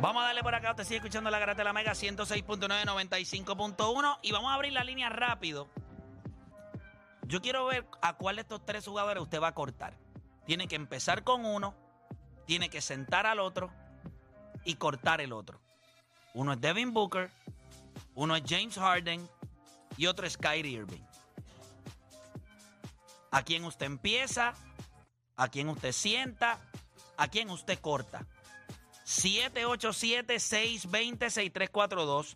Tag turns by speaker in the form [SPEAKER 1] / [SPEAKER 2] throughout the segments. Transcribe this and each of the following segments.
[SPEAKER 1] Vamos a darle por acá. Usted sigue escuchando la garata de la Mega 106.9, 95.1. Y vamos a abrir la línea rápido. Yo quiero ver a cuál de estos tres jugadores usted va a cortar. Tiene que empezar con uno, tiene que sentar al otro y cortar el otro. Uno es Devin Booker, uno es James Harden y otro es Kyrie Irving. ¿A quién usted empieza? ¿A quién usted sienta? ¿A quién usted corta? 787-620-6342.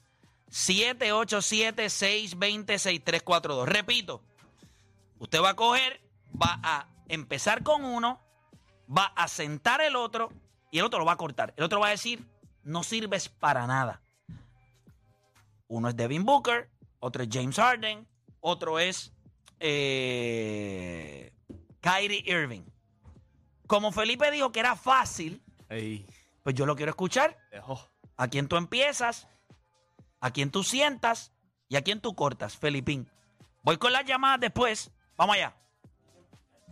[SPEAKER 1] 787-620-6342. Repito, usted va a coger, va a empezar con uno, va a sentar el otro y el otro lo va a cortar. El otro va a decir, no sirves para nada. Uno es Devin Booker, otro es James Harden, otro es eh, Kyrie Irving. Como Felipe dijo que era fácil,
[SPEAKER 2] Ey,
[SPEAKER 1] pues yo lo quiero escuchar.
[SPEAKER 2] dejó.
[SPEAKER 1] A quién tú empiezas, a quién tú sientas y a quién tú cortas, Felipín. Voy con las llamadas después. Vamos allá.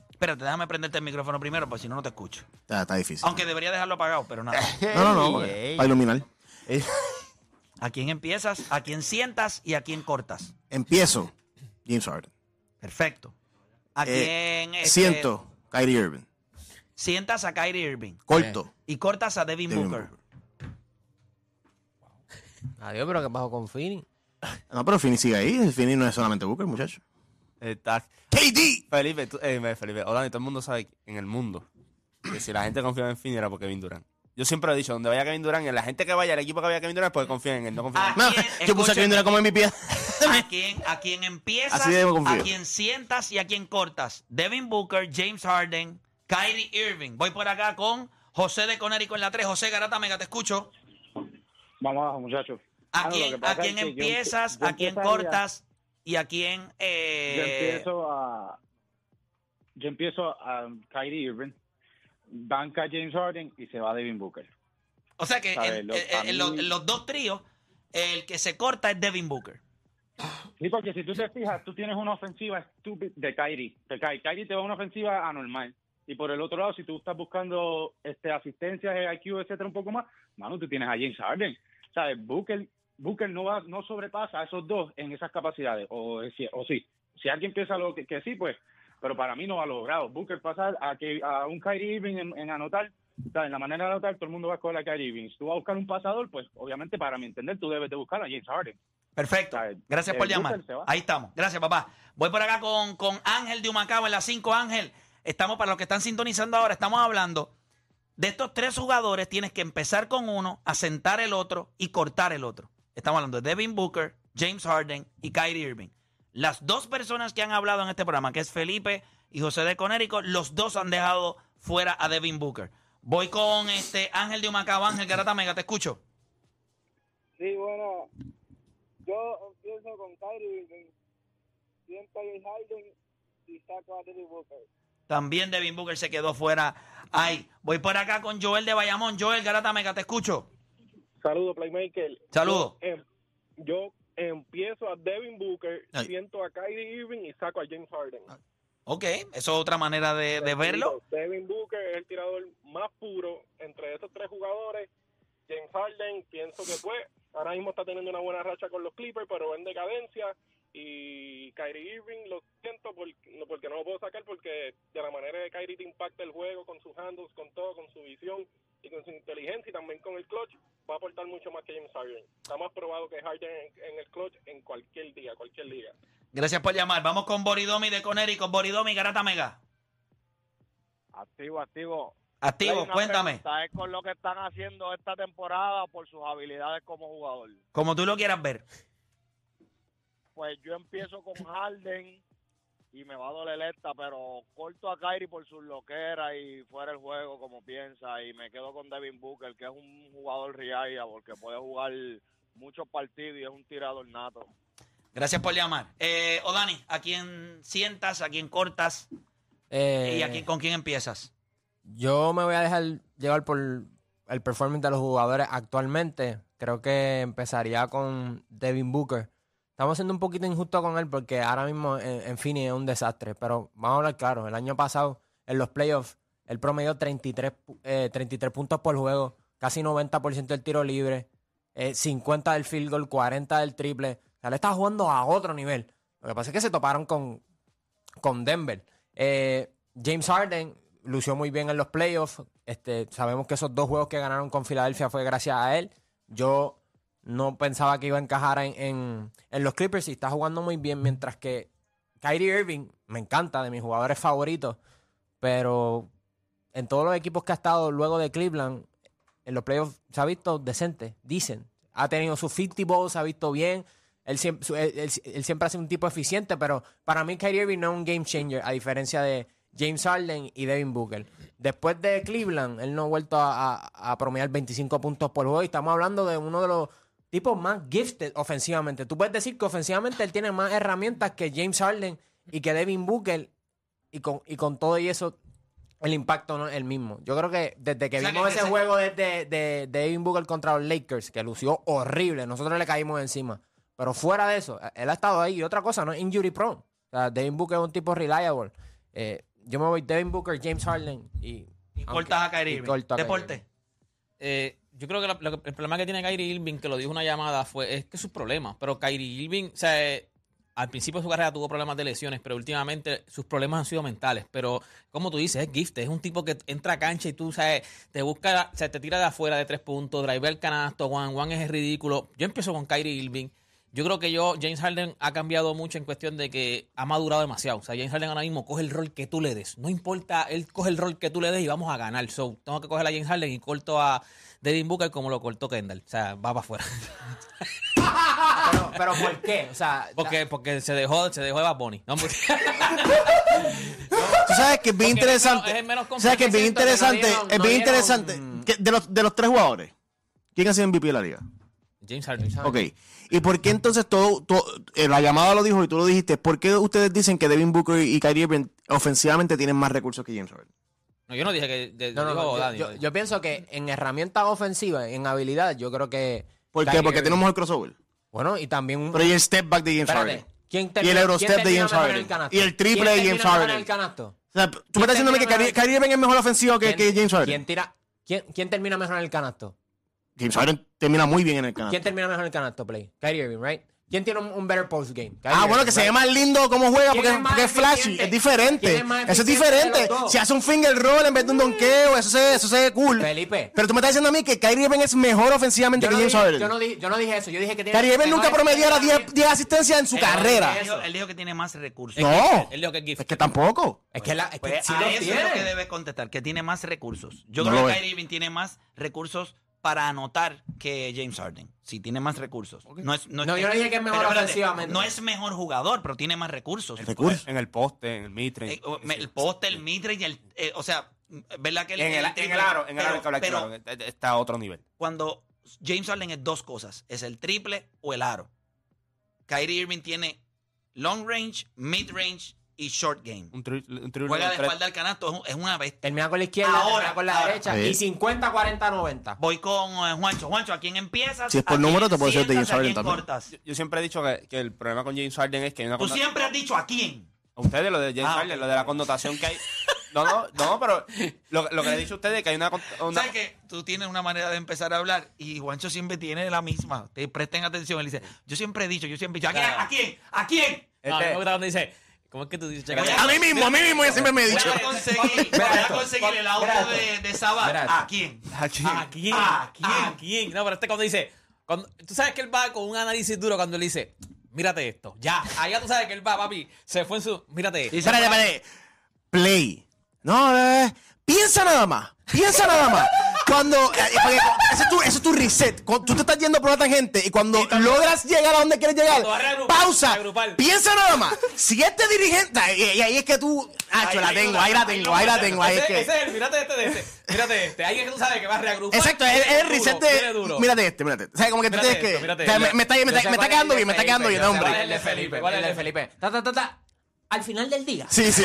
[SPEAKER 1] Espérate, déjame prenderte el micrófono primero, porque si no, no te escucho.
[SPEAKER 3] Está, está difícil.
[SPEAKER 1] Aunque debería dejarlo apagado, pero nada.
[SPEAKER 3] No, no, no.
[SPEAKER 2] Ey,
[SPEAKER 4] eh.
[SPEAKER 3] Para iluminar.
[SPEAKER 2] ey.
[SPEAKER 1] ¿A quién empiezas, a quién sientas y a quién cortas?
[SPEAKER 3] Empiezo. James Harden.
[SPEAKER 1] Perfecto. ¿A
[SPEAKER 3] Eh,
[SPEAKER 1] quién este,
[SPEAKER 3] Siento. Kyrie Irving.
[SPEAKER 1] sientas a Kyrie Irving
[SPEAKER 3] Corto.
[SPEAKER 4] Eh.
[SPEAKER 1] y cortas a Devin,
[SPEAKER 3] Devin
[SPEAKER 1] Booker?
[SPEAKER 5] Adiós, pero que pasó con Fini.
[SPEAKER 3] No, pero Finney sigue ahí. Finney no es solamente Booker, muchacho.
[SPEAKER 2] Está-
[SPEAKER 3] KD.
[SPEAKER 2] Felipe, tú, ey, me- Felipe, Orlando, todo el mundo sabe que en el mundo que si la gente confiaba en Fini era porque Kevin Durant. Yo siempre he dicho, donde vaya Kevin Durant, y la gente que vaya, el equipo que vaya Kevin Durant, pues confía en él, no confía en
[SPEAKER 1] Ah.
[SPEAKER 2] él.
[SPEAKER 3] No,
[SPEAKER 1] Escuchen-
[SPEAKER 3] yo puse a Kevin Durant como en mi pie.
[SPEAKER 1] ¿A quién, a quién empiezas,
[SPEAKER 3] Así de
[SPEAKER 1] a
[SPEAKER 3] confío.
[SPEAKER 1] quién sientas y a quién cortas? Devin Booker, James Harden, Kyrie Irving. Voy por acá con José de Conérico en la 3. José Garata Mega, te escucho.
[SPEAKER 6] Vamos abajo, muchachos.
[SPEAKER 1] ¿A
[SPEAKER 6] Ah, no, lo que
[SPEAKER 1] quién, a
[SPEAKER 6] pasa
[SPEAKER 1] quién
[SPEAKER 6] es que yo empe-
[SPEAKER 1] empiezas,
[SPEAKER 6] yo
[SPEAKER 1] a quién
[SPEAKER 6] empezaría-
[SPEAKER 1] cortas y a quién... eh,
[SPEAKER 6] Yo empiezo a. Yo empiezo a Kyrie Irving, banca James Harden y se va Devin Booker.
[SPEAKER 1] O sea que
[SPEAKER 6] A ver,
[SPEAKER 1] en, eh,
[SPEAKER 6] lo-
[SPEAKER 1] en-
[SPEAKER 6] a
[SPEAKER 1] en los,
[SPEAKER 6] mí-
[SPEAKER 1] en los dos tríos, el que se corta es Devin Booker.
[SPEAKER 6] Sí, porque si tú te fijas, tú tienes una ofensiva estúpida de Kyrie. De Kyrie. Kyrie te va una ofensiva anormal. Y por el otro lado, si tú estás buscando este, asistencias, eh, IQ, etcétera, un poco más, mano, tú tienes a James Harden. ¿Sabes? Booker, Booker no, va, no sobrepasa a esos dos en esas capacidades. O, es cier- o sí. Si alguien piensa lo que, que sí, pues. Pero para mí no ha logrado. Booker pasar a, que, a un Kyrie Irving en, en anotar. ¿sabes? En la manera de anotar, todo el mundo va a escoger a Kyrie Irving. Si tú vas a buscar un pasador, pues obviamente, para mi entender, tú debes de buscar a James Harden.
[SPEAKER 1] Perfecto.
[SPEAKER 6] A ver,
[SPEAKER 1] Gracias por
[SPEAKER 6] el Booker
[SPEAKER 1] llamar.
[SPEAKER 6] se va.
[SPEAKER 1] Ahí estamos. Gracias, papá. Voy por acá con, con Ángel de Humacao en las 5. Ángel, estamos para los que están sintonizando ahora, estamos hablando de estos tres jugadores. Tienes que empezar con uno, asentar el otro y cortar el otro. Estamos hablando de Devin Booker, James Harden y Kyrie Irving. Las dos personas que han hablado en este programa, que es Felipe y José de Conérico, los dos han dejado fuera a Devin Booker. Voy con este Ángel de Humacao. Ángel Garata Mega, te escucho.
[SPEAKER 7] Sí, bueno, yo empiezo con Kyrie Irving, siento a James Harden y saco a Devin Booker.
[SPEAKER 1] También Devin Booker se quedó fuera. Ay, voy por acá con Joel de Bayamón. Joel Garata Mega, te escucho.
[SPEAKER 7] Saludos, Playmaker.
[SPEAKER 1] Saludos.
[SPEAKER 7] Yo, em- yo empiezo a Devin Booker,
[SPEAKER 3] Ay.
[SPEAKER 7] siento a Kyrie Irving y saco a James Harden.
[SPEAKER 1] Ok, eso es otra manera de, de verlo.
[SPEAKER 7] Devin Booker es el tirador más puro entre esos tres jugadores. James Harden, pienso que fue. Ahora mismo está teniendo una buena racha con los Clippers, pero va en decadencia. Y Kyrie Irving, lo siento por- no, porque no lo puedo sacar, porque de la manera de Kyrie te impacta el juego, con sus handles, con todo, con su visión y con su inteligencia y también con el clutch, va a aportar mucho más que James Harden. Está más probado que Harden en, en el clutch en cualquier día, cualquier liga.
[SPEAKER 1] Gracias por llamar. Vamos con Boridomi de Conérico. Boridomi, Garata Mega.
[SPEAKER 8] Activo, activo. Hay
[SPEAKER 1] Activo,
[SPEAKER 8] una
[SPEAKER 1] cuéntame.
[SPEAKER 8] pregunta, Es con lo que están haciendo esta temporada por sus habilidades como jugador.
[SPEAKER 1] Como tú lo quieras ver.
[SPEAKER 8] Pues yo empiezo con Harden y me va a doler esta, pero corto a Kyrie por sus loqueras y fuera el juego como piensa y me quedo con Devin Booker, que es un jugador riaia porque puede jugar muchos partidos y es un tirador nato.
[SPEAKER 1] Gracias por llamar. Eh, Odani, ¿a quién sientas, a quién cortas y a quién, con quién empiezas?
[SPEAKER 5] Eh, Yo me voy a dejar llevar por el performance de los jugadores actualmente. Creo que empezaría con Devin Booker. Estamos siendo un poquito injusto con él porque ahora mismo en, en Phoenix es un desastre. Pero vamos a hablar claro. El año pasado, en los playoffs, él promedió 33, pu- eh, 33 puntos por juego, casi 90% del tiro libre, eh, 50 del field goal, 40 del triple. O sea, le está jugando a otro nivel. Lo que pasa es que se toparon con, con Denver. Eh, James Harden lució muy bien en los playoffs. Este, sabemos que esos dos juegos que ganaron con Filadelfia fue gracias a él. Yo no pensaba que iba a encajar en, en- en los Clippers y está jugando muy bien, mientras que Kyrie Irving me encanta, de mis jugadores favoritos, pero en todos los equipos que ha estado luego de Cleveland, en los playoffs se ha visto decente, dicen. Ha tenido sus 50 balls, se ha visto bien. Él siempre, su- él, él- él siempre ha sido un tipo eficiente, pero para mí Kyrie Irving no es un game changer, a diferencia de James Harden y Devin Booker. Después de Cleveland, él no ha vuelto a, a, a promediar 25 puntos por juego y estamos hablando de uno de los tipos más gifted ofensivamente. Tú puedes decir que ofensivamente él tiene más herramientas que James Harden y que Devin Booker y con, y con todo y eso el impacto no es el mismo. Yo creo que desde que
[SPEAKER 1] O sea,
[SPEAKER 5] vimos
[SPEAKER 1] que-
[SPEAKER 5] ese
[SPEAKER 1] que se-
[SPEAKER 5] juego de, de, de- de Devin Booker contra los Lakers, que lució horrible, nosotros le caímos encima. Pero fuera de eso, él ha estado ahí. Y otra cosa, no es injury prone. O sea, Devin Booker es un tipo reliable. Eh, yo me voy Devin Booker, James Harden y...
[SPEAKER 1] Y
[SPEAKER 5] aunque-
[SPEAKER 1] cortas a Kyrie
[SPEAKER 5] y
[SPEAKER 1] Irving.
[SPEAKER 5] corto a Kyrie
[SPEAKER 1] Deporte.
[SPEAKER 5] Irving.
[SPEAKER 4] Eh, yo creo que la- lo que- el problema que tiene Kyrie Irving, que lo dijo una llamada, fue es que sus problemas. Pero Kyrie Irving, o sea, eh, al principio de su carrera tuvo problemas de lesiones, pero últimamente sus problemas han sido mentales. Pero como tú dices, es gift, es un tipo que entra a cancha y tú, sabes, te busca, o sea, te tira de afuera de tres puntos, drive el canasto, Juan, Juan es ridículo. Yo empiezo con Kyrie Irving. Yo creo que yo, James Harden ha cambiado mucho en cuestión de que ha madurado demasiado. O sea, James Harden ahora mismo coge el rol que tú le des. No importa, él coge el rol que tú le des y vamos a ganar. So, tengo que coger a James Harden y corto a Devin Booker como lo cortó Kendall. O sea, va para afuera.
[SPEAKER 5] Pero, pero ¿por qué? O sea,
[SPEAKER 4] Porque, porque se dejó, se dejó de Bad Bunny. No, porque-
[SPEAKER 3] Tú sabes que es bien
[SPEAKER 4] Porque es
[SPEAKER 3] interesante.
[SPEAKER 4] menos- es menos
[SPEAKER 3] Tú sabes que es bien
[SPEAKER 4] competencia,
[SPEAKER 3] interesante.
[SPEAKER 4] entonces no
[SPEAKER 3] es bien
[SPEAKER 4] dieron-
[SPEAKER 3] interesante. que de, los, de los tres jugadores, ¿quién ha sido MVP de la liga?
[SPEAKER 4] James Harden.
[SPEAKER 3] Ok. ¿Y por qué entonces todo, todo- eh, la llamada lo dijo y tú lo dijiste? ¿Por qué ustedes dicen que Devin Booker y Kyrie Irving ofensivamente tienen más recursos que James Harden?
[SPEAKER 4] No, yo no dije que. de-
[SPEAKER 5] No, no,
[SPEAKER 4] dijo
[SPEAKER 5] no, yo-
[SPEAKER 4] Dani,
[SPEAKER 5] yo,
[SPEAKER 4] lo dijo.
[SPEAKER 5] yo pienso que en herramientas ofensivas, en habilidad, yo creo que.
[SPEAKER 3] ¿Por qué?
[SPEAKER 5] Kyrie
[SPEAKER 3] Porque
[SPEAKER 5] Irving-
[SPEAKER 3] tenemos el crossover.
[SPEAKER 5] Bueno, y también. un-
[SPEAKER 3] Pero y el step back de James
[SPEAKER 5] espérate,
[SPEAKER 3] Harden.
[SPEAKER 5] ¿quién
[SPEAKER 3] Y el
[SPEAKER 5] termina-
[SPEAKER 3] Eurostep
[SPEAKER 5] quién
[SPEAKER 3] de
[SPEAKER 5] termina
[SPEAKER 3] James
[SPEAKER 5] mejor
[SPEAKER 3] Harden.
[SPEAKER 5] el canasto?
[SPEAKER 3] Y el triple de
[SPEAKER 5] ¿Quién termina
[SPEAKER 3] James
[SPEAKER 5] mejor
[SPEAKER 3] Harden.
[SPEAKER 5] el canasto?
[SPEAKER 3] O sea, tú me estás
[SPEAKER 5] ¿Quién
[SPEAKER 3] diciéndome que
[SPEAKER 5] termina
[SPEAKER 3] Kyrie,
[SPEAKER 5] mejor?
[SPEAKER 3] Kyrie Irving es mejor ofensivo que, que
[SPEAKER 5] ¿Quién-
[SPEAKER 3] James Harden.
[SPEAKER 5] ¿Quién, tira, quién, quién termina mejor en el canasto?
[SPEAKER 3] James Harden termina muy bien en el Ah, canal.
[SPEAKER 5] ¿Quién termina mejor en el canasto, Play? Kyrie Irving, right? ¿Quién tiene un, un better post game?
[SPEAKER 3] Ah, bueno, que se ve más lindo cómo juega
[SPEAKER 5] ¿Quién
[SPEAKER 3] porque,
[SPEAKER 5] es más
[SPEAKER 3] porque es flashy,
[SPEAKER 5] eficiente?
[SPEAKER 3] es
[SPEAKER 5] ¿Quién
[SPEAKER 3] diferente.
[SPEAKER 5] es más
[SPEAKER 3] eso es
[SPEAKER 5] eficiente de los
[SPEAKER 3] diferente.
[SPEAKER 5] dos?
[SPEAKER 3] Si hace un finger roll en vez de un donqueo, eso se, ve- eso se ve cool.
[SPEAKER 5] Felipe.
[SPEAKER 3] Pero tú me estás diciendo a mí que Kyrie Irving es mejor ofensivamente
[SPEAKER 5] Yo
[SPEAKER 3] que
[SPEAKER 5] no,
[SPEAKER 3] James
[SPEAKER 5] dije,
[SPEAKER 3] Harden.
[SPEAKER 5] yo, no dije, yo no dije eso. Yo dije que tiene.
[SPEAKER 3] Kyrie Irving nunca
[SPEAKER 5] mejores
[SPEAKER 3] promediara 10,
[SPEAKER 5] herramientas.
[SPEAKER 3] 10 asistencias en su
[SPEAKER 1] Él no
[SPEAKER 3] carrera.
[SPEAKER 1] dijo- Él dijo que tiene más recursos.
[SPEAKER 3] No,
[SPEAKER 4] Él dijo que es gift.
[SPEAKER 3] es que tampoco.
[SPEAKER 5] Es que, la, es que
[SPEAKER 1] Pues
[SPEAKER 5] sí
[SPEAKER 1] a
[SPEAKER 5] lo
[SPEAKER 1] eso
[SPEAKER 5] tiene.
[SPEAKER 1] es lo que debe contestar, que tiene más recursos. Yo
[SPEAKER 3] No
[SPEAKER 1] creo
[SPEAKER 3] lo
[SPEAKER 1] que
[SPEAKER 3] es.
[SPEAKER 1] Kyrie Irving tiene más recursos para anotar que James Harden. Sí, tiene más recursos. No, es, no, es
[SPEAKER 5] No, yo no dije que es mejor
[SPEAKER 1] Pero espérate,
[SPEAKER 5] ofensivamente.
[SPEAKER 1] No es mejor jugador, pero tiene más recursos.
[SPEAKER 3] Recursos.
[SPEAKER 2] En el poste, en el mitre.
[SPEAKER 1] Eh, o- me- el poste, el midrange, el, eh, o sea, ¿verdad que
[SPEAKER 2] en el, en el aro, en el aro, que habla
[SPEAKER 1] pero,
[SPEAKER 2] claro, eh, está a otro nivel.
[SPEAKER 1] cuando James Harden es dos cosas, es el triple o el aro. Kyrie Irving tiene long range, mid range y short game.
[SPEAKER 2] Un, tri- un triple
[SPEAKER 1] Juega de
[SPEAKER 2] tres.
[SPEAKER 1] espalda al canasto, es un- es una bestia.
[SPEAKER 5] Termina con la izquierda,
[SPEAKER 1] Ahora,
[SPEAKER 5] termina con la
[SPEAKER 1] ahora.
[SPEAKER 5] derecha.
[SPEAKER 3] Sí.
[SPEAKER 5] Y 50, 40, 90.
[SPEAKER 1] Voy con eh, Juancho. Juancho, ¿a quién empiezas?
[SPEAKER 3] Si es por
[SPEAKER 1] ¿A quién
[SPEAKER 3] número, te puedo decir de
[SPEAKER 1] sientas?
[SPEAKER 3] James
[SPEAKER 1] ¿A quién
[SPEAKER 3] Harden también.
[SPEAKER 1] cortas?
[SPEAKER 2] Yo, yo siempre he dicho que, que el problema con James Harden es que hay una
[SPEAKER 1] Tú
[SPEAKER 2] conno-
[SPEAKER 1] siempre has dicho a quién.
[SPEAKER 2] a Ustedes, lo de James
[SPEAKER 1] Ah,
[SPEAKER 2] Harden,
[SPEAKER 1] ok.
[SPEAKER 2] lo de la connotación que hay. No, no, no, pero lo, lo que le he dicho a ustedes es que hay una. con- una-
[SPEAKER 1] ¿Sabes que tú tienes una manera de empezar a hablar y Juancho siempre tiene la misma? Te presten atención. Él dice, yo siempre he dicho, yo siempre he dicho, ¿a quién? ¿A quién? ¿A quién?
[SPEAKER 4] No, Ah, a mí
[SPEAKER 2] Este-
[SPEAKER 4] me gusta cuando dice. ¿Cómo es que tú dices?
[SPEAKER 1] Oye,
[SPEAKER 3] A mí mismo, a mí mismo, yo siempre me he
[SPEAKER 1] Voy
[SPEAKER 3] dicho.
[SPEAKER 1] a conseguir, voy
[SPEAKER 5] Mira
[SPEAKER 1] a
[SPEAKER 5] esto,
[SPEAKER 1] conseguir el
[SPEAKER 5] mira
[SPEAKER 1] auto
[SPEAKER 5] esto.
[SPEAKER 1] de, de Sabat.
[SPEAKER 5] Mira esto.
[SPEAKER 1] ¿A quién?
[SPEAKER 2] ¿A quién?
[SPEAKER 4] ¿A quién?
[SPEAKER 1] Ah,
[SPEAKER 4] ¿A quién?
[SPEAKER 1] ah.
[SPEAKER 4] ¿A quién? No, pero este cuando dice. cuando- tú sabes que él va con un análisis duro cuando él dice. Mírate esto. Ya. Allá tú sabes que él va, papi. Se fue en su. Mírate esto.
[SPEAKER 3] Espérate, espérate. Play. No, eh, piensa nada más. Piensa nada más. Cuando. eh, porque ese, es tu, ese es tu reset. Cuando tú te estás yendo por una tangente y cuando logras llegar a donde quieres llegar,
[SPEAKER 4] Cuando vas a reagrupar,
[SPEAKER 3] pausa.
[SPEAKER 4] reagrupar.
[SPEAKER 3] Piensa nada más. Si este dirigente. Y, y ahí es que tú. Ah, yo la
[SPEAKER 4] Ahí
[SPEAKER 3] tengo,
[SPEAKER 4] lo-
[SPEAKER 3] ahí la tengo,
[SPEAKER 4] lo-
[SPEAKER 3] ahí la tengo. Ahí es
[SPEAKER 4] ese, ese
[SPEAKER 3] que.
[SPEAKER 4] es el, mírate este de este. Mírate este. Ahí es que tú sabes que vas a reagrupar.
[SPEAKER 3] Exacto, es, es el
[SPEAKER 4] Viene
[SPEAKER 3] reset
[SPEAKER 4] duro, viene
[SPEAKER 3] de.
[SPEAKER 4] duro.
[SPEAKER 3] Mírate este, mírate. O sea, como que tú
[SPEAKER 4] Mírate
[SPEAKER 3] tienes que.
[SPEAKER 4] esto, mírate
[SPEAKER 3] o sea, me,
[SPEAKER 4] esto.
[SPEAKER 3] me está, me está-
[SPEAKER 5] Yo sé
[SPEAKER 3] me está
[SPEAKER 5] cuál es el
[SPEAKER 3] quedando
[SPEAKER 5] de
[SPEAKER 3] bien, me está
[SPEAKER 5] Felipe,
[SPEAKER 3] quedando bien,
[SPEAKER 5] yo sé
[SPEAKER 3] hombre.
[SPEAKER 5] cuál es el de Felipe, cuál es el de Felipe. Ta, ta, ta, ta. Al final del día.
[SPEAKER 3] Sí, sí.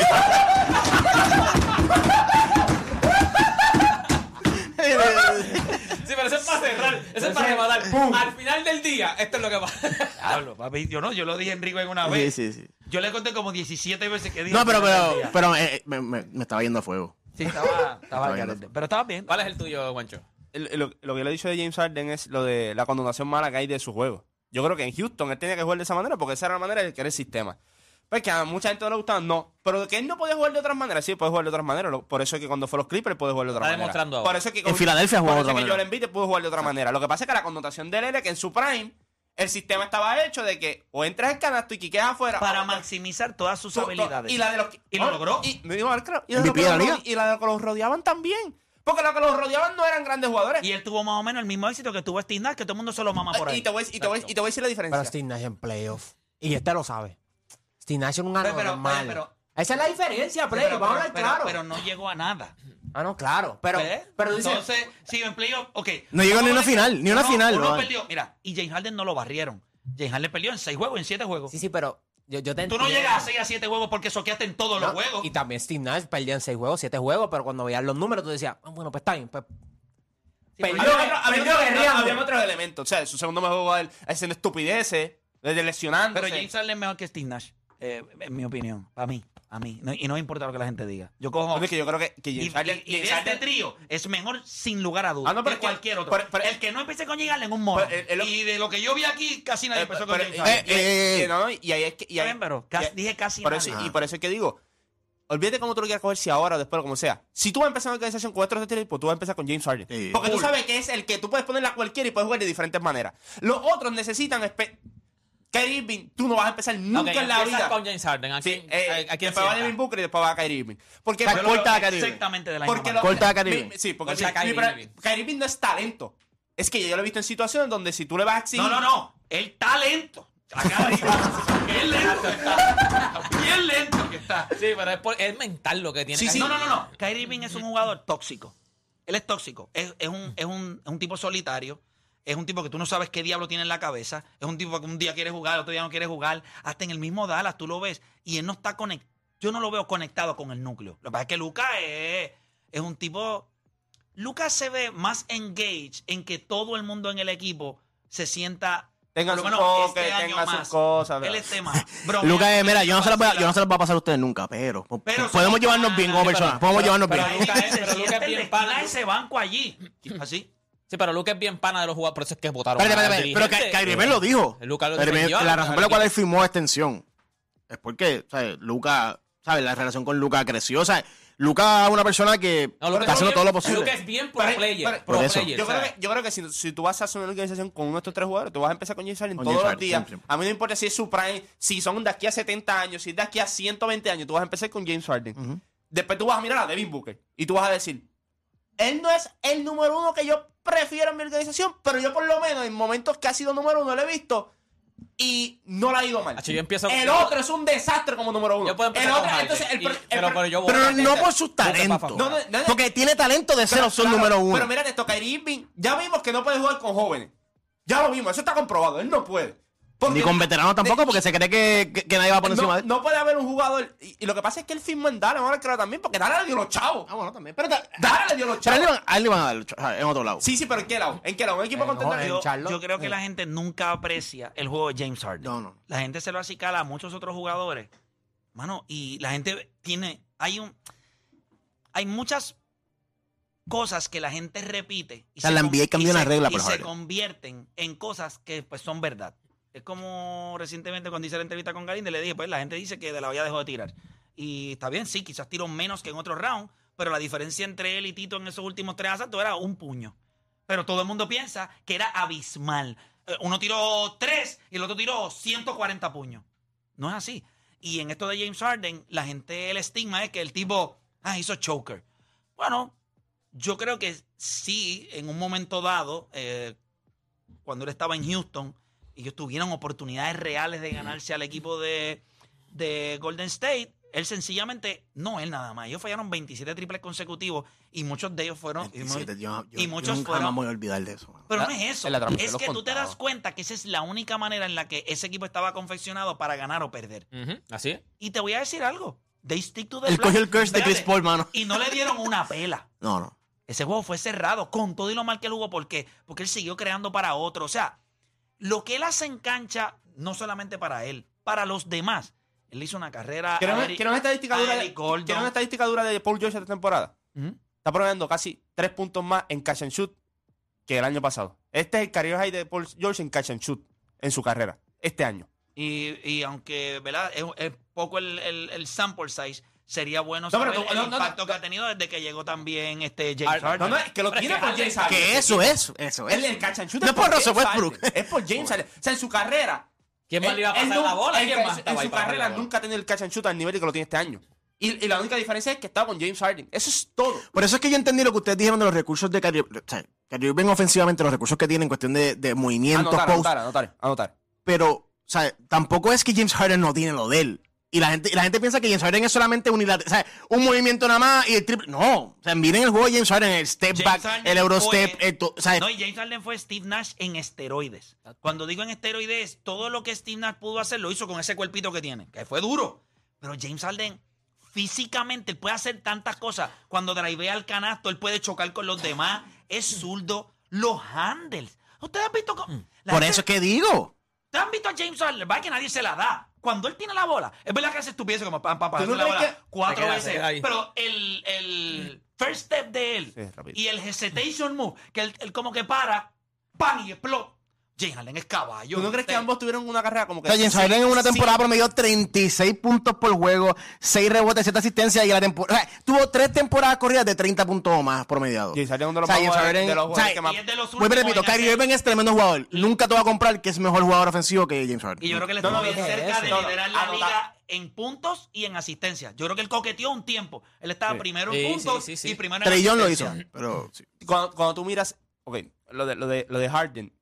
[SPEAKER 4] Sí, pero eso es para cerrar. Eso es para rematar. Al final del día, esto es lo que pasa.
[SPEAKER 1] Diablo, papi, yo no, yo lo dije en Rico en una
[SPEAKER 3] sí,
[SPEAKER 1] vez.
[SPEAKER 3] sí, sí.
[SPEAKER 1] Yo le conté como 17 veces que dije.
[SPEAKER 3] No, pero,
[SPEAKER 1] que no
[SPEAKER 3] pero,
[SPEAKER 1] entendía.
[SPEAKER 3] pero eh, eh, me, me- me estaba yendo a fuego.
[SPEAKER 1] Sí, estaba, estaba al
[SPEAKER 3] bien.
[SPEAKER 1] garete. Pero estaba bien.
[SPEAKER 4] ¿Cuál es el tuyo, Guancho?
[SPEAKER 2] el- lo, lo que le he dicho de James Harden es lo de la connotación mala que hay de su juego. Yo creo que en Houston él tenía que jugar de esa manera porque esa era la manera de que era el sistema. Pues que a mucha gente no le gustaba, no. Pero que él no podía jugar de otras maneras, sí, puede jugar de otras maneras. Lo- Por eso es que cuando fue a los Clippers puede jugar de otra
[SPEAKER 4] Está
[SPEAKER 2] manera.
[SPEAKER 4] demostrando ahora.
[SPEAKER 2] Por eso es que
[SPEAKER 9] En Filadelfia jugó
[SPEAKER 2] por
[SPEAKER 9] de
[SPEAKER 2] eso
[SPEAKER 9] otra
[SPEAKER 2] que
[SPEAKER 9] manera.
[SPEAKER 2] Joel Embiid pudo jugar de otra manera. Lo que pasa es que la connotación de él era que en su prime el sistema estaba hecho de que o entras al canasto y quiques afuera
[SPEAKER 1] Para
[SPEAKER 2] o-
[SPEAKER 1] maximizar todas sus
[SPEAKER 2] To- to-
[SPEAKER 1] habilidades.
[SPEAKER 2] Y la de los que-
[SPEAKER 1] Y lo logró.
[SPEAKER 2] Ah, Y, no, no, claro, y la de los
[SPEAKER 3] MVP
[SPEAKER 2] que
[SPEAKER 3] de
[SPEAKER 2] los
[SPEAKER 3] la liga.
[SPEAKER 2] rode- y la de los que los rodeaban también. Porque los que los rodeaban no eran grandes jugadores.
[SPEAKER 1] Y él tuvo más o menos el mismo éxito que tuvo Steve Nash, que todo el mundo se lo mama por
[SPEAKER 2] Ah,
[SPEAKER 1] ahí.
[SPEAKER 2] y te voy, a- y te voy a- y te voy a decir la diferencia.
[SPEAKER 5] Pero Steve Nash en playoff. Y este lo sabe. Steve Nash es un
[SPEAKER 1] Pero- pero-
[SPEAKER 5] anormal.
[SPEAKER 1] pero- pero-
[SPEAKER 5] Esa es la diferencia, Play.
[SPEAKER 1] pero,
[SPEAKER 5] Vamos a
[SPEAKER 1] pero-
[SPEAKER 5] hablar
[SPEAKER 1] pero-
[SPEAKER 5] claro.
[SPEAKER 1] pero no llegó a nada.
[SPEAKER 5] ah, no, claro. Pero,
[SPEAKER 1] ¿Ves?
[SPEAKER 5] pero dice,
[SPEAKER 1] Entonces, si en playoff, ok.
[SPEAKER 3] No llegó ni
[SPEAKER 1] Vamos
[SPEAKER 3] una
[SPEAKER 1] a ver
[SPEAKER 3] final,
[SPEAKER 1] que
[SPEAKER 3] ni una
[SPEAKER 1] uno-
[SPEAKER 3] final,
[SPEAKER 1] uno
[SPEAKER 3] no hay.
[SPEAKER 1] perdió. Mira, y James Harden no lo barrieron. James Harden perdió en seis juegos, en siete juegos.
[SPEAKER 5] sí, sí, pero yo, yo te
[SPEAKER 1] Tú no
[SPEAKER 5] entiendo.
[SPEAKER 1] llegas a seis a siete juegos porque soqueaste en todos los
[SPEAKER 5] No,
[SPEAKER 1] juegos.
[SPEAKER 5] Y también Steve Nash perdía en seis juegos, siete juegos, pero cuando veías los números tú decías, ah, bueno, pues está bien. Pues,
[SPEAKER 2] Había
[SPEAKER 5] Yo-
[SPEAKER 2] otro- había
[SPEAKER 5] perdió
[SPEAKER 2] otro-
[SPEAKER 5] guerreando.
[SPEAKER 2] había otros elementos. O sea, su segundo mejor jugador haciendo estupideces, desde lesionando.
[SPEAKER 1] Pero James Harden es mejor que Steve Nash, eh, en mi opinión. Para mí, a mí. No- y no importa lo que la gente diga. Yo cojo...
[SPEAKER 2] que yo creo que, que
[SPEAKER 1] Y,
[SPEAKER 2] James Harden.
[SPEAKER 1] y- y de
[SPEAKER 2] James
[SPEAKER 1] este
[SPEAKER 2] Harden-
[SPEAKER 1] trío es mejor sin lugar a dudas
[SPEAKER 2] Ah, no,
[SPEAKER 1] que
[SPEAKER 2] pero es que-
[SPEAKER 1] cualquier otro.
[SPEAKER 2] pero- pero-
[SPEAKER 1] el que no empiece con llegarle en un mono.
[SPEAKER 2] Pero, eh, eh, lo-
[SPEAKER 1] y de lo que yo vi aquí, casi nadie
[SPEAKER 2] eh,
[SPEAKER 1] empezó con
[SPEAKER 2] pero-
[SPEAKER 1] James
[SPEAKER 2] eh,
[SPEAKER 1] Harden.
[SPEAKER 2] eh,
[SPEAKER 3] Harden.
[SPEAKER 2] eh, no, no, y ahí es que. y
[SPEAKER 1] Está
[SPEAKER 2] ahí-
[SPEAKER 1] bien, pero casi-
[SPEAKER 2] y-
[SPEAKER 1] dije casi
[SPEAKER 2] por
[SPEAKER 1] nadie.
[SPEAKER 2] eso- y por eso es que digo, olvídate cómo tú lo quieras coger, si ahora o después, como sea. Si tú vas a empezar una organización con otros estereotipos, tú vas a empezar con James Harden.
[SPEAKER 9] Sí.
[SPEAKER 2] Porque tú sabes que es el que tú puedes ponerla a cualquiera y puedes jugar de diferentes maneras. Los otros necesitan... espe- Kyrie Irving, tú no vas a empezar nunca
[SPEAKER 4] Ok,
[SPEAKER 2] en la
[SPEAKER 4] empiezas
[SPEAKER 2] vida.
[SPEAKER 4] con James Harden. ¿A
[SPEAKER 2] Sí,
[SPEAKER 4] quién-
[SPEAKER 2] eh,
[SPEAKER 4] a- a quién
[SPEAKER 2] después va
[SPEAKER 4] sienta?
[SPEAKER 2] Devin Booker y después va Kyrie Irving. Porque
[SPEAKER 9] Está
[SPEAKER 2] porque-
[SPEAKER 9] corta a Kyrie Irving.
[SPEAKER 1] Exactamente de la
[SPEAKER 2] porque
[SPEAKER 1] misma
[SPEAKER 2] lo-
[SPEAKER 9] Corta a Kyrie Irving.
[SPEAKER 2] mi- Sí, porque
[SPEAKER 4] Corta
[SPEAKER 2] mi-
[SPEAKER 4] a Kyrie
[SPEAKER 2] mi pro-
[SPEAKER 4] Irving.
[SPEAKER 2] Kyrie Irving no es talento. Es que yo lo he visto en situaciones donde si tú le vas a exigir...
[SPEAKER 1] manera. No, no, no. El talento. Acá arriba. Qué lento está. Bien lento que está.
[SPEAKER 4] Sí, pero es, por- es mental lo que tiene.
[SPEAKER 2] Sí,
[SPEAKER 4] que
[SPEAKER 2] sí.
[SPEAKER 4] hacer.
[SPEAKER 1] No, no, no, no. Kyrie Irving es un jugador tóxico. Él es tóxico. Es, es un, es, un, es un tipo solitario. Es un tipo que tú no sabes qué diablo tiene en la cabeza. Es un tipo que un día quiere jugar, otro día no quiere jugar. Hasta en el mismo Dallas tú lo ves. Y él no está conectado. Yo no lo veo conectado con el núcleo. Lo que pasa es que Luca es, es un tipo. Luca se ve más engaged en que todo el mundo en el equipo se sienta.
[SPEAKER 2] Tenga
[SPEAKER 1] por
[SPEAKER 2] su
[SPEAKER 1] lo menos,
[SPEAKER 2] enfoque,
[SPEAKER 1] este año
[SPEAKER 2] tenga sus
[SPEAKER 1] más.
[SPEAKER 2] cosas,
[SPEAKER 1] Él
[SPEAKER 2] ¿verdad?
[SPEAKER 1] es tema. Bromea,
[SPEAKER 9] Lucas, eh, mira, yo no, se las voy a,
[SPEAKER 1] vacila.
[SPEAKER 9] yo no se las voy a pasar a ustedes nunca, pero, po-
[SPEAKER 1] Pero
[SPEAKER 9] podemos
[SPEAKER 1] sí.
[SPEAKER 9] llevarnos bien como
[SPEAKER 4] Sí, pero-
[SPEAKER 9] personas. Podemos llevarnos
[SPEAKER 4] pero
[SPEAKER 9] bien.
[SPEAKER 4] Luca es-
[SPEAKER 1] se
[SPEAKER 4] pero Luca
[SPEAKER 1] sienta
[SPEAKER 4] es
[SPEAKER 1] en la
[SPEAKER 4] bien
[SPEAKER 1] esquina
[SPEAKER 4] pana.
[SPEAKER 1] de ese banco allí. Así.
[SPEAKER 4] Sí, pero Luca es bien pana de los jugadores, por eso es que votaron.
[SPEAKER 9] Espérate,
[SPEAKER 4] a
[SPEAKER 9] espérate, espérate, Pero
[SPEAKER 4] dirigente.
[SPEAKER 9] Ky- Kyrie Irving lo dijo.
[SPEAKER 4] Luka lo
[SPEAKER 9] Kyrie Irving-
[SPEAKER 4] defendió,
[SPEAKER 9] la
[SPEAKER 4] Luka
[SPEAKER 9] razón
[SPEAKER 4] lo
[SPEAKER 9] por la cual él
[SPEAKER 4] defendió.
[SPEAKER 9] firmó extensión es porque, ¿sabes? Luca, ¿sabes? La relación con Luca creció, ¿sabes? Luca es una persona que
[SPEAKER 4] No, Luka
[SPEAKER 9] está
[SPEAKER 4] es
[SPEAKER 9] haciendo
[SPEAKER 4] bien-
[SPEAKER 9] todo lo posible.
[SPEAKER 4] Luka es bien pro
[SPEAKER 2] Pero-
[SPEAKER 4] player.
[SPEAKER 2] pero-
[SPEAKER 4] pro
[SPEAKER 9] por eso.
[SPEAKER 4] player,
[SPEAKER 2] Yo creo,
[SPEAKER 4] ¿sabes?
[SPEAKER 2] que, yo creo que si, si tú vas a hacer una organización con uno de estos tres jugadores, tú vas a empezar con James Harden
[SPEAKER 9] Con
[SPEAKER 2] todos
[SPEAKER 9] James
[SPEAKER 2] los
[SPEAKER 9] Harden,
[SPEAKER 2] días.
[SPEAKER 9] siempre, siempre.
[SPEAKER 2] A mí no importa si es su prime, si son de aquí a 70 años, si es de aquí a 120 años, tú vas a empezar con James Harden. Después tú vas a mirar a Devin Booker y tú vas a decir, él no es el número uno que yo prefiero en mi organización, pero yo por lo menos en momentos que ha sido número uno lo he visto y no la ha ido mal.
[SPEAKER 4] Hacho, yo empiezo-
[SPEAKER 2] el
[SPEAKER 4] yo-
[SPEAKER 2] otro es un desastre como número uno.
[SPEAKER 4] Yo puedo empezar
[SPEAKER 2] el
[SPEAKER 4] con
[SPEAKER 2] otro,
[SPEAKER 4] Harden,
[SPEAKER 2] entonces, el
[SPEAKER 4] y-
[SPEAKER 2] pro- el
[SPEAKER 4] pero,
[SPEAKER 2] pro-
[SPEAKER 4] pero yo voy
[SPEAKER 9] Pero
[SPEAKER 4] a-
[SPEAKER 9] no por sus
[SPEAKER 4] Luka es pa'
[SPEAKER 9] talentos.
[SPEAKER 4] favor.
[SPEAKER 2] No, no, no, no.
[SPEAKER 9] Porque tiene talento de ser
[SPEAKER 2] Pero,
[SPEAKER 9] opción
[SPEAKER 2] claro,
[SPEAKER 9] número uno.
[SPEAKER 2] Pero mira esto, Kyrie Irving, ya vimos que no puede jugar con jóvenes. Ya lo vimos, eso está comprobado, él no puede. Porque-
[SPEAKER 9] Ni con veteranos tampoco, porque se cree que, que- que nadie va por
[SPEAKER 2] no,
[SPEAKER 9] encima de él.
[SPEAKER 2] no puede haber un jugador. Y, y lo que pasa es que él firmó en Dallas, ahora creo también, porque Dallas le dio los chavos.
[SPEAKER 9] Ah, bueno, también. Pero, ta-
[SPEAKER 2] Dallas le dio los
[SPEAKER 9] pero a él le
[SPEAKER 2] chavos.
[SPEAKER 9] van- a él le van a dar el cho- ¿sabes? en otro lado.
[SPEAKER 2] Sí, sí, pero ¿en qué lado? ¿En qué lado? ¿Un equipo
[SPEAKER 5] Eh,
[SPEAKER 2] contento?
[SPEAKER 5] no, eh,
[SPEAKER 1] Yo,
[SPEAKER 5] Charlotte.
[SPEAKER 1] yo creo que
[SPEAKER 5] Eh.
[SPEAKER 1] la gente nunca aprecia el juego de James Harden.
[SPEAKER 9] No, no.
[SPEAKER 1] La gente se lo acicala a muchos otros jugadores. Mano, y la gente tiene. Hay un. Hay muchas cosas que la gente repite. Y
[SPEAKER 9] O sea, la
[SPEAKER 1] con-
[SPEAKER 9] NBA cambió
[SPEAKER 1] y
[SPEAKER 9] una
[SPEAKER 1] se-
[SPEAKER 9] regla
[SPEAKER 1] Y
[SPEAKER 9] por
[SPEAKER 1] se
[SPEAKER 9] Harden.
[SPEAKER 1] convierten en cosas que pues son verdad. Es como recientemente cuando hice la entrevista con Galinde, le dije, pues la gente dice que de la olla dejó de tirar. Y está bien, sí, quizás tiró menos que en otros rounds, pero la diferencia entre él y Tito en esos últimos tres asaltos era un puño. Pero todo el mundo piensa que era abismal. Eh, Uno tiró tres y el otro tiró 140 puños. No es así. Y en esto de James Harden, la gente, el estigma es que el tipo, ah, hizo choker. Bueno, yo creo que sí, en un momento dado, eh, cuando él estaba en Houston, ellos tuvieron oportunidades reales de ganarse al equipo de, de Golden State. Él sencillamente, no él nada más. Ellos fallaron 27 triples consecutivos y muchos de ellos fueron. y mu-
[SPEAKER 9] 27, yo, yo-
[SPEAKER 1] y
[SPEAKER 9] yo
[SPEAKER 1] muchos
[SPEAKER 9] nunca
[SPEAKER 1] fueron-
[SPEAKER 9] más me voy a olvidar de eso.
[SPEAKER 1] pero
[SPEAKER 4] La-
[SPEAKER 1] no es eso.
[SPEAKER 4] en la transmisión
[SPEAKER 1] Es
[SPEAKER 4] los
[SPEAKER 1] que tú te
[SPEAKER 4] contaba.
[SPEAKER 1] das cuenta que esa es la única manera en la que ese equipo estaba confeccionado para ganar o perder.
[SPEAKER 4] Ujú, Así es.
[SPEAKER 1] Y te voy a decir algo. They stick to the
[SPEAKER 9] Él
[SPEAKER 1] plan.
[SPEAKER 9] cogió el curse de Chris
[SPEAKER 1] Pues
[SPEAKER 9] Paul,
[SPEAKER 1] Espérate.
[SPEAKER 9] mano.
[SPEAKER 1] Y no le dieron una pela.
[SPEAKER 9] No, no.
[SPEAKER 1] Ese juego fue cerrado con todo y lo mal que él jugó. ¿Por qué? Porque él siguió creando para otro. O sea, lo que él hace en cancha, no solamente para él, para los demás. Él hizo una carrera.
[SPEAKER 2] Quiero
[SPEAKER 1] a
[SPEAKER 2] una
[SPEAKER 1] Eric-
[SPEAKER 2] quiero una estadística dura
[SPEAKER 1] Eric
[SPEAKER 2] de-
[SPEAKER 1] Gordon. ¿Mm?
[SPEAKER 2] quiero una estadística dura de Paul George esta temporada.
[SPEAKER 1] Ujú.
[SPEAKER 2] Está promediando casi tres puntos más en catch and shoot que el año pasado. Este es el career high de Paul George en catch and shoot en su carrera, este año.
[SPEAKER 1] Y, y aunque, ¿verdad? Es, es poco el, el- el sample size, sería bueno
[SPEAKER 2] No, pero
[SPEAKER 1] saber
[SPEAKER 2] tú-
[SPEAKER 1] el
[SPEAKER 2] no, no,
[SPEAKER 1] impacto
[SPEAKER 2] no,
[SPEAKER 1] que
[SPEAKER 2] no.
[SPEAKER 1] ha tenido desde que llegó también este James Harden.
[SPEAKER 2] No, no, es que lo tiene por James Harden.
[SPEAKER 3] Que eso es, eso es.
[SPEAKER 2] Él es el catch and shoot.
[SPEAKER 3] No
[SPEAKER 2] Pues, es
[SPEAKER 3] es por
[SPEAKER 2] James
[SPEAKER 3] Russell Westbrook.
[SPEAKER 2] Harden, Es por James Harden. O sea, en su carrera.
[SPEAKER 4] ¿Quién más
[SPEAKER 2] él-
[SPEAKER 4] le iba a
[SPEAKER 2] él
[SPEAKER 4] pasar
[SPEAKER 2] no-
[SPEAKER 4] la bola?
[SPEAKER 2] él-
[SPEAKER 4] ¿Quién
[SPEAKER 2] en
[SPEAKER 4] más
[SPEAKER 2] su-
[SPEAKER 4] estaba
[SPEAKER 2] En
[SPEAKER 4] ahí
[SPEAKER 2] su
[SPEAKER 4] para pasar
[SPEAKER 2] carrera
[SPEAKER 4] la bola?
[SPEAKER 2] nunca ha tenido el catch and shoot al nivel que lo tiene este año. Y, y la única diferencia es que estaba con James Harden. Eso es todo.
[SPEAKER 3] Por eso es que yo entendí lo que ustedes dijeron de los recursos de Kyrie. O sea, Kyrie Irving ofensivamente, los recursos que tiene en cuestión de, de movimientos,
[SPEAKER 2] Anotar,
[SPEAKER 3] post.
[SPEAKER 2] anotar, anotar, anotar.
[SPEAKER 3] Pero, o sea, tampoco es que James Harden no tiene lo de él. Y la gente, y la gente piensa que James Harden es solamente unilateral. O sea, un movimiento nada más y el triple. No. O sea, miren el juego de James Harden, el step
[SPEAKER 1] James
[SPEAKER 3] back,
[SPEAKER 1] Harden
[SPEAKER 3] el Eurostep.
[SPEAKER 1] fue-
[SPEAKER 3] el to- o sea,
[SPEAKER 2] eh.
[SPEAKER 1] No, y James Harden fue Steve Nash en esteroides. Cuando digo en esteroides, todo lo que Steve Nash pudo hacer lo hizo con ese cuerpito que tiene, que fue duro. Pero James Harden físicamente él puede hacer tantas cosas. Cuando drivea al canasto, él puede chocar con los demás. Es zurdo. Los handles. ¿Ustedes han visto
[SPEAKER 2] Mm.
[SPEAKER 1] cómo? la
[SPEAKER 3] por
[SPEAKER 1] gente-
[SPEAKER 3] eso es que digo.
[SPEAKER 1] ¿Ustedes han visto a James Harden? Va que nadie se la da. Cuando él tiene la bola, es verdad que hace estupideces como pam, pam, pam,
[SPEAKER 2] ¿Tú no
[SPEAKER 1] la
[SPEAKER 2] crees
[SPEAKER 1] bola
[SPEAKER 2] que-
[SPEAKER 4] Se
[SPEAKER 1] cuatro
[SPEAKER 4] queda, se
[SPEAKER 1] veces.
[SPEAKER 4] queda ahí.
[SPEAKER 1] Pero el, el first step de él
[SPEAKER 2] Sí, rápido.
[SPEAKER 1] y el hesitation move, que él, él como que para, ¡pam! y explota. James Harden es caballo.
[SPEAKER 2] ¿Tú no crees que
[SPEAKER 1] Usted-
[SPEAKER 2] ambos tuvieron una carrera como
[SPEAKER 3] O
[SPEAKER 2] que.
[SPEAKER 3] sea, James Harden en una temporada promedió 36 puntos por juego, 6 rebotes, 7 asistencias y la temporada. O sea, tuvo 3 temporadas corridas de 30 puntos o más promediado.
[SPEAKER 2] James Harden es uno de los
[SPEAKER 3] O sea,
[SPEAKER 2] más
[SPEAKER 3] James
[SPEAKER 2] jugadores-
[SPEAKER 3] Harden-
[SPEAKER 2] de los
[SPEAKER 3] o sea,
[SPEAKER 2] jugadores que más.
[SPEAKER 1] Y es de los
[SPEAKER 3] Vuelvo y
[SPEAKER 1] últimos
[SPEAKER 3] repito,
[SPEAKER 1] en hacer-
[SPEAKER 3] Kyrie Irving es tremendo jugador. Nunca te va a comprar que es mejor jugador ofensivo que James Harden.
[SPEAKER 1] Y yo creo que le
[SPEAKER 2] No,
[SPEAKER 1] estuvo
[SPEAKER 2] no,
[SPEAKER 1] bien
[SPEAKER 2] no,
[SPEAKER 1] cerca
[SPEAKER 2] eso,
[SPEAKER 1] de
[SPEAKER 2] no, no,
[SPEAKER 1] liderar la
[SPEAKER 2] anotar.
[SPEAKER 1] liga en puntos y en asistencia. Yo creo que él coqueteó un tiempo. Él estaba
[SPEAKER 2] Sí.
[SPEAKER 1] primero
[SPEAKER 4] Sí,
[SPEAKER 1] en
[SPEAKER 4] sí,
[SPEAKER 1] puntos
[SPEAKER 4] sí, sí.
[SPEAKER 1] y primero en
[SPEAKER 3] Trey Young lo hizo.
[SPEAKER 1] asistencia.
[SPEAKER 3] Pero sí.
[SPEAKER 2] cuando, cuando tú miras, ok, lo de, lo, de, lo de Harden,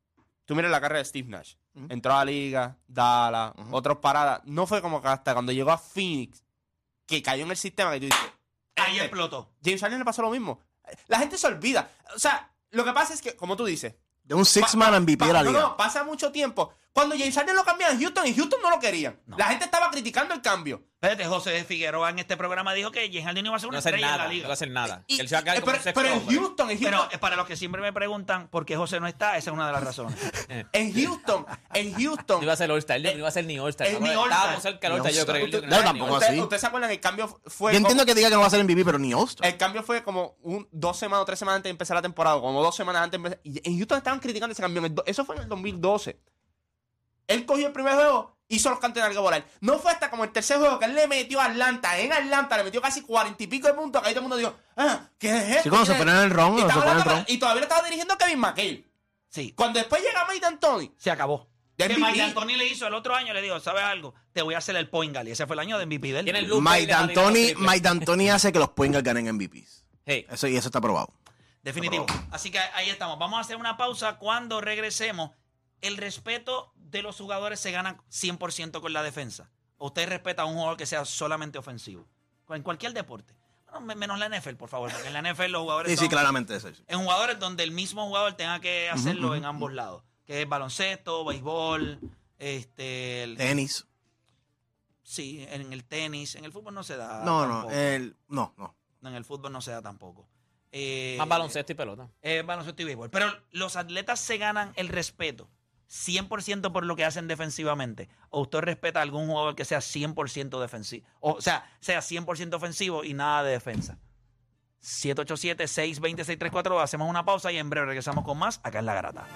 [SPEAKER 2] tú miras la carrera de Steve Nash. Entró a la liga, Dallas, otras paradas. No fue como que hasta cuando llegó a Phoenix, que cayó en el sistema que tú dices,
[SPEAKER 1] Ahí
[SPEAKER 2] Eh,
[SPEAKER 1] explotó.
[SPEAKER 2] James Harden le pasó lo mismo. La gente se olvida. O sea, lo que pasa es que, como tú dices,
[SPEAKER 3] De un six
[SPEAKER 2] pa-
[SPEAKER 3] man
[SPEAKER 2] pa-
[SPEAKER 3] MVP
[SPEAKER 2] pa-
[SPEAKER 3] de la
[SPEAKER 2] no,
[SPEAKER 3] liga.
[SPEAKER 2] no, pasa mucho tiempo. Cuando James Harden lo cambian en Houston, en Houston no lo querían. La gente estaba criticando el cambio.
[SPEAKER 1] Espérate, José Figueroa en este programa dijo que James Harden iba a ser
[SPEAKER 4] No
[SPEAKER 1] una
[SPEAKER 4] va a hacer
[SPEAKER 1] estrella en
[SPEAKER 4] nada,
[SPEAKER 1] la
[SPEAKER 4] no
[SPEAKER 1] liga.
[SPEAKER 4] va a hacer nada.
[SPEAKER 2] Y-
[SPEAKER 4] Que él se va a quedar
[SPEAKER 2] eh,
[SPEAKER 4] como
[SPEAKER 2] pero,
[SPEAKER 4] un sexto
[SPEAKER 2] pero en
[SPEAKER 4] hombre.
[SPEAKER 2] Houston, en Houston,
[SPEAKER 1] Pero eh, para los que siempre me preguntan por qué José no está, esa es una de las razones.
[SPEAKER 2] en Houston, en
[SPEAKER 4] No
[SPEAKER 2] Houston,
[SPEAKER 4] iba a ser All-Star, él no iba a ser ni All-Star.
[SPEAKER 2] Eh,
[SPEAKER 4] ¿no?
[SPEAKER 2] ni All-Star.
[SPEAKER 4] Estábamos cerca del All-Star, yo
[SPEAKER 3] Ni
[SPEAKER 4] creo.
[SPEAKER 3] All-Star.
[SPEAKER 4] Yo
[SPEAKER 3] No,
[SPEAKER 4] creo que
[SPEAKER 3] tampoco
[SPEAKER 4] era
[SPEAKER 3] así.
[SPEAKER 2] ¿ustedes ustedes se acuerdan? El cambio fue.
[SPEAKER 3] Yo
[SPEAKER 2] como-
[SPEAKER 3] entiendo que diga que no va a ser MVP, pero ni All-Star.
[SPEAKER 2] El cambio fue como un, dos semanas o tres semanas antes de empezar la temporada, como dos semanas antes. de empezar- y en Houston estaban criticando ese cambio. En el do- Eso fue en el 2012. Él cogió el primer juego, hizo los cantos de larga volar. No fue hasta como el tercer juego que él le metió a Atlanta. En Atlanta le metió casi cuarenta y pico de puntos. Que ahí todo el mundo dijo, ah, ¿qué es esto?
[SPEAKER 3] Sí, cuando se
[SPEAKER 2] ¿Quién es
[SPEAKER 3] ponen en el
[SPEAKER 2] y,
[SPEAKER 3] ron, cuando se
[SPEAKER 2] estaba
[SPEAKER 3] ponen en el
[SPEAKER 2] hablando-
[SPEAKER 3] ron.
[SPEAKER 2] y todavía le estaba dirigiendo a Kevin McHale.
[SPEAKER 1] Sí,
[SPEAKER 2] Cuando después llega Mike D'Antoni,
[SPEAKER 1] se acabó.
[SPEAKER 2] De
[SPEAKER 1] que
[SPEAKER 2] MVP.
[SPEAKER 1] Mike Anthony le hizo el otro año, le dijo, ¿sabes algo? Te voy a hacer el point gal. Y ese fue el año de MVP de él.
[SPEAKER 4] ¿Quién es Luka y
[SPEAKER 3] Mike
[SPEAKER 4] le va a tirar los
[SPEAKER 3] D'Antoni,
[SPEAKER 4] triples?
[SPEAKER 3] Mike D'Antoni hace que los Poingas ganen MVPs.
[SPEAKER 4] Hey,
[SPEAKER 3] Eso, y eso está probado.
[SPEAKER 1] Definitivo. Así que ahí estamos. Vamos a hacer una pausa. Cuando regresemos, el respeto de los jugadores se gana 100% con la defensa. Usted respeta a un jugador que sea solamente ofensivo. En cualquier deporte. Bueno, men- menos la NFL, por favor. Porque en la NFL los jugadores
[SPEAKER 3] Sí, sí,
[SPEAKER 1] son-
[SPEAKER 3] claramente eso. sí.
[SPEAKER 1] en jugadores donde el mismo jugador tenga que hacerlo en ambos lados. Que es baloncesto, béisbol, este, el-
[SPEAKER 3] Tenis.
[SPEAKER 1] sí, en el tenis, en el fútbol no se da.
[SPEAKER 3] No, no,
[SPEAKER 1] Ah,
[SPEAKER 3] eh.
[SPEAKER 1] tampoco.
[SPEAKER 3] el, no, no.
[SPEAKER 1] En el fútbol no se da tampoco. Eh,
[SPEAKER 4] más baloncesto y pelota.
[SPEAKER 1] eh, baloncesto y béisbol. Pero los atletas se ganan el respeto 100% por lo que hacen defensivamente. O usted respeta a algún jugador que sea 100% defensivo. O sea, sea 100% ofensivo y nada de defensa. 787-620-634. Hacemos una pausa y en breve regresamos con más acá en La Garata.